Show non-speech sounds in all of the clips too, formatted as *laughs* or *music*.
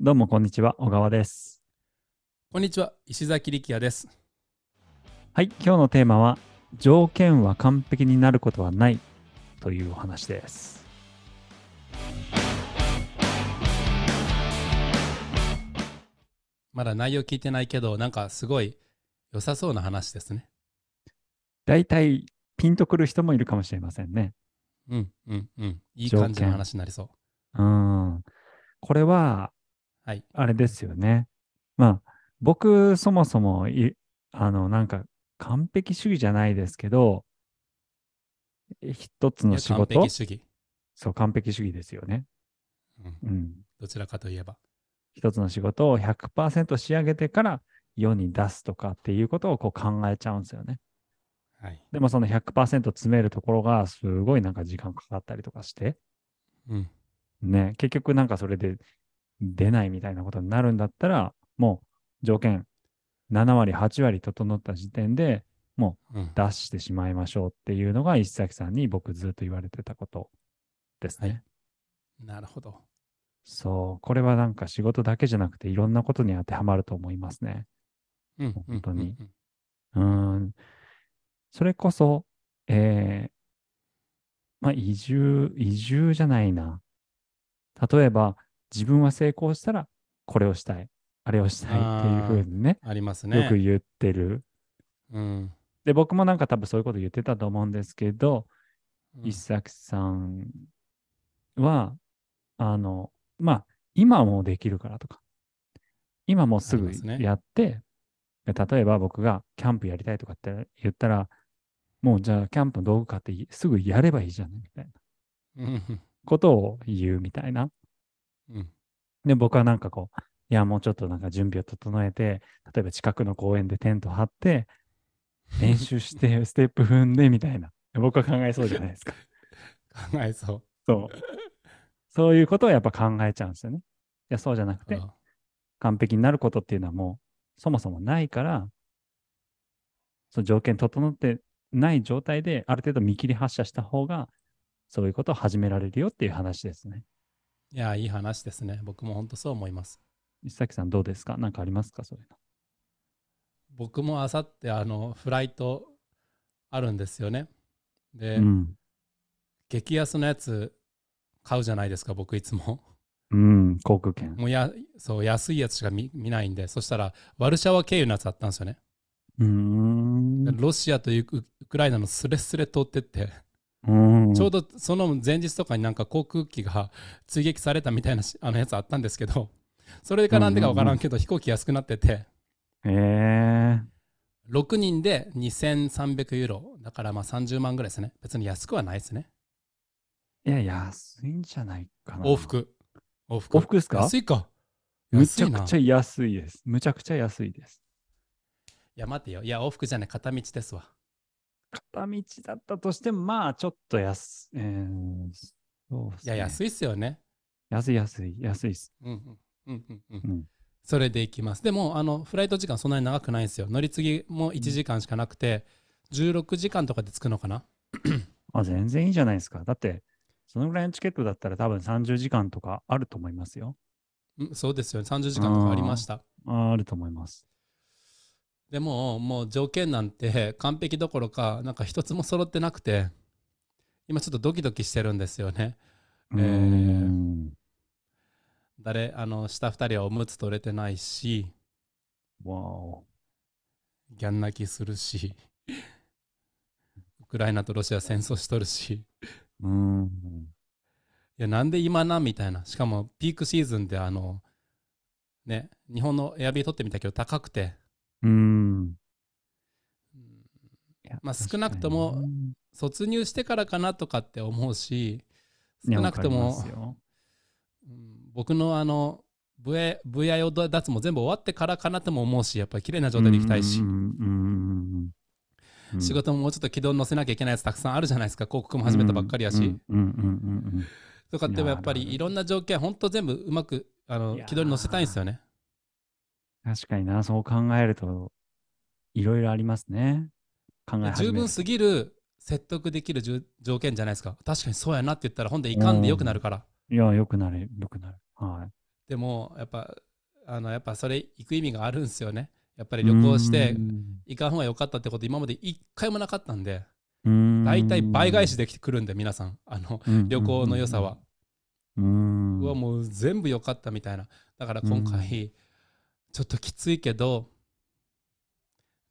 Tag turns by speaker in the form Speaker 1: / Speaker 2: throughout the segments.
Speaker 1: どうもこんにちは、小川です。
Speaker 2: こんにちは石崎力也です
Speaker 1: はい、今日のテーマは、条件は完璧になることはないというお話です。
Speaker 2: まだ内容聞いてないけどなんかすごい良さそうな話ですね
Speaker 1: 大体、ピンとくる人もいるかもしれませんね。
Speaker 2: うんうんうんいい
Speaker 1: 条件
Speaker 2: 感じの話になりそう
Speaker 1: うん。これは、
Speaker 2: はい
Speaker 1: あれですよね。まあ、僕、そもそもい、あの、なんか、完璧主義じゃないですけど、一つ
Speaker 2: い
Speaker 1: の
Speaker 2: や
Speaker 1: 仕
Speaker 2: 完
Speaker 1: 事
Speaker 2: 璧、主義、
Speaker 1: そう、完璧主義ですよね。
Speaker 2: うん、
Speaker 1: うん。
Speaker 2: どちらかといえば
Speaker 1: 一つの仕事を100%仕上げてから世に出すとかっていうことをこう考えちゃうんですよね。
Speaker 2: はい
Speaker 1: でもその100%詰めるところがすごいなんか時間かかったりとかして、
Speaker 2: うん
Speaker 1: ね、結局なんかそれで出ないみたいなことになるんだったら、もう条件7割、8割整った時点で
Speaker 2: うん
Speaker 1: 出してしまいましょうっていうのが石崎さんに僕ずっと言われてたことですね。
Speaker 2: はいなるほど
Speaker 1: そう、これはなんか仕事だけじゃなくていろんなことに当てはまると思いますね。
Speaker 2: うんうん
Speaker 1: 本当に
Speaker 2: うん
Speaker 1: うーん。それこそ、えー、まあ、移住、移住じゃないな。例えば、自分は成功したら、これをしたい、あれをしたいっていうふうにね、
Speaker 2: うんありますね
Speaker 1: よく言ってる。
Speaker 2: うん
Speaker 1: で、僕もなんか多分そういうこと言ってたと思うんですけど、
Speaker 2: うん
Speaker 1: 石崎さんは、あの、まあ、今もうできるからとか、今もうす
Speaker 2: あ
Speaker 1: ぐ
Speaker 2: りますね
Speaker 1: やって、で例えば僕がキャンプやりたいとかって言ったら、もうじゃあキャンプの道具買っていすぐやればいいじゃんみたいな
Speaker 2: うん
Speaker 1: ことを言うみたいな。
Speaker 2: うん
Speaker 1: で、僕はなんかこう、いや、もうちょっとなんか準備を整えて、例えば近くの公園でテント張って、練習して、ステップ踏んでみたいな。僕は考えそうじゃないですか。
Speaker 2: 考えそ
Speaker 1: そう。そういうことをやっぱ考えちゃうんですよね。いや、そうじゃなく
Speaker 2: う
Speaker 1: て、完璧になることっていうのはもう、そもそもないから、その条件整ってない状態で、ある程度見切り発車した方が、そういうことを始められるよっていう話ですね。
Speaker 2: いやいい話ですね僕も本当そう思います
Speaker 1: 石崎さんどうですかなんかありますかそういうの。
Speaker 2: 僕もあさってあのフライトあるんですよねで、
Speaker 1: うん。
Speaker 2: 激安のやつ買うじゃないですか僕いつも
Speaker 1: うん、航空券。
Speaker 2: もうやそう安いやつしか見見ないんでそしたらワルシャワ経由のやつあったんですよね、
Speaker 1: うーん。
Speaker 2: ロシアというウウクライナのスレスレ通ってって、
Speaker 1: うん
Speaker 2: ちょうどその前日とかになんか航空機が追撃されたみたいなしあのやつあったんですけどそれかなんでか分からんけど、飛行機安くなってて
Speaker 1: ええ
Speaker 2: 6人で2300ユーロだからまあ30万ぐらいですね別に安くはないですね
Speaker 1: いや、安いんじゃないかな。
Speaker 2: 往。復往復
Speaker 1: 往復ですか
Speaker 2: 安いか
Speaker 1: むちゃく
Speaker 2: 安いな
Speaker 1: ちゃ安いです。むちゃくちゃ安いです。
Speaker 2: いや、待てよ。いや、往復じゃない、片道ですわ。
Speaker 1: 片道だったとしても、まあ、ちょっと安、えー、そうっす
Speaker 2: いや、
Speaker 1: ね
Speaker 2: 安いっすよね。
Speaker 1: 安い安い、安いっす。
Speaker 2: うんうんうんうんう。
Speaker 1: うんん。
Speaker 2: それで行きます。でも、あの、フライト時間そんなに長くないんですよ。乗り継ぎも1時間しかなくて、16時間とかで着くのかな
Speaker 1: あ、全然いいじゃないですか。だって、そのぐらいのチケットだったら多分30時間とかあると思いますよ。
Speaker 2: うんそうですよね。30時間とかありました。
Speaker 1: ああると思います。
Speaker 2: でも、もう条件なんて完璧どころか、なんか一つも揃ってなくて、今ちょっとドキドキしてるんですよね。えー
Speaker 1: うーん。
Speaker 2: 誰、あの、下2人はおむつ取れてないし、
Speaker 1: わお。
Speaker 2: ギャン泣きするし、ウクライナとロシア戦争しとるし、
Speaker 1: うーん。
Speaker 2: いや、なんで今なみたいな。しかも、ピークシーズンで、あの、ね、日本のエアビー取ってみたけど高くて、
Speaker 1: うーん。
Speaker 2: うん
Speaker 1: いや
Speaker 2: まあ
Speaker 1: 確
Speaker 2: 少なくとも
Speaker 1: かにね
Speaker 2: 卒入してからかなとかって思うし、
Speaker 1: いや
Speaker 2: 少なくと
Speaker 1: わ
Speaker 2: も
Speaker 1: かります、よ
Speaker 2: うん僕のあの、VI VIO 脱も全部終わってからかなとも思うし、やっぱり綺麗な状態でいきたいし
Speaker 1: う、んうんうんうん。
Speaker 2: 仕事ももうちょっと軌道に乗せなきゃいけないやつたくさんあるじゃないですか、広告も始めたばっかりや
Speaker 1: う
Speaker 2: し
Speaker 1: ん。うんうん
Speaker 2: とかってもやっぱ
Speaker 1: いやあるある
Speaker 2: りいろんな条件、本当全部うまくあ
Speaker 1: い
Speaker 2: の
Speaker 1: やー
Speaker 2: 軌道に乗せたいんですよね。
Speaker 1: うん。確かにな、そう考えると、いろいろありますね。考え始め
Speaker 2: 十
Speaker 1: る
Speaker 2: 分すぎる説得できるじゅ条件じゃないですか確かにそうやなって言ったらほんでいかんでよくなるから、
Speaker 1: いや、よくなる、よくなる。はい。
Speaker 2: でもやっぱあのやっぱそれ行く意味があるんですよねやっぱり旅行して行かん方が良かったってこと今まで一回もなかったんで大体倍返しできてくるんで皆さんあの旅行の良さは。
Speaker 1: うんうん
Speaker 2: うわもう全部良かったみたいなだから今回、ちょっときついけど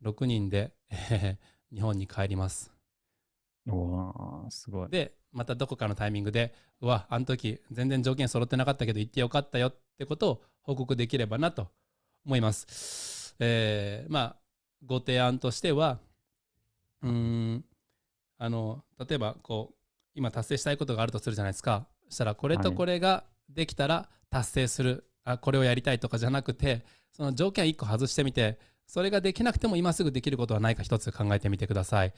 Speaker 2: 6人で、えー日本に帰ります
Speaker 1: うわあすごい。
Speaker 2: でまたどこかのタイミングでうわあの時全然条件揃ってなかったけど行ってよかったよってことを報告できればなと思いますえーまあご提案としてはうーんあの例えばこう今達成したいことがあるとするじゃないですかそしたらこれと
Speaker 1: はい
Speaker 2: これができたら達成する、あこれをやりたいとかじゃなくてその条件1個外してみてそれができなくても今すぐできることはないか一つ考えてみてください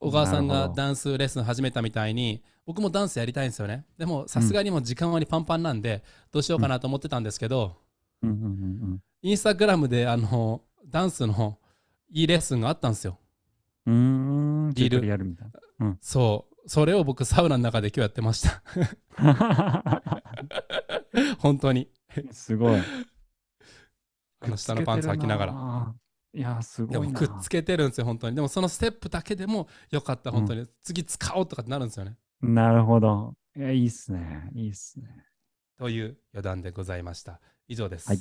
Speaker 2: 小川さん
Speaker 1: なるほ
Speaker 2: が
Speaker 1: ど
Speaker 2: ダンスレッスン始めたみたいに僕もダンスやりたいんですよねでもさすがにもう時間割りパンパンなんでどうしようかなと思ってたんですけど、
Speaker 1: うんうんうん
Speaker 2: インスタグラムであのダンスのいいレッスンがあったんですよ
Speaker 1: うん。うーん。
Speaker 2: リール
Speaker 1: チュートリアルみたいな。
Speaker 2: そうそれを僕サウナの中で今日やってました *laughs* 本当に
Speaker 1: すごい。
Speaker 2: あの下のパンツ履きながら
Speaker 1: ら。いや、す
Speaker 2: で
Speaker 1: ごい
Speaker 2: も
Speaker 1: な。
Speaker 2: くっつけてるんですよ本当にでもそのステップだけでもよかった本当に、次使おうとかってなるんですよね
Speaker 1: なるほど。いや、いいっすね。いいっすね。
Speaker 2: という余談でございました以上です、
Speaker 1: はい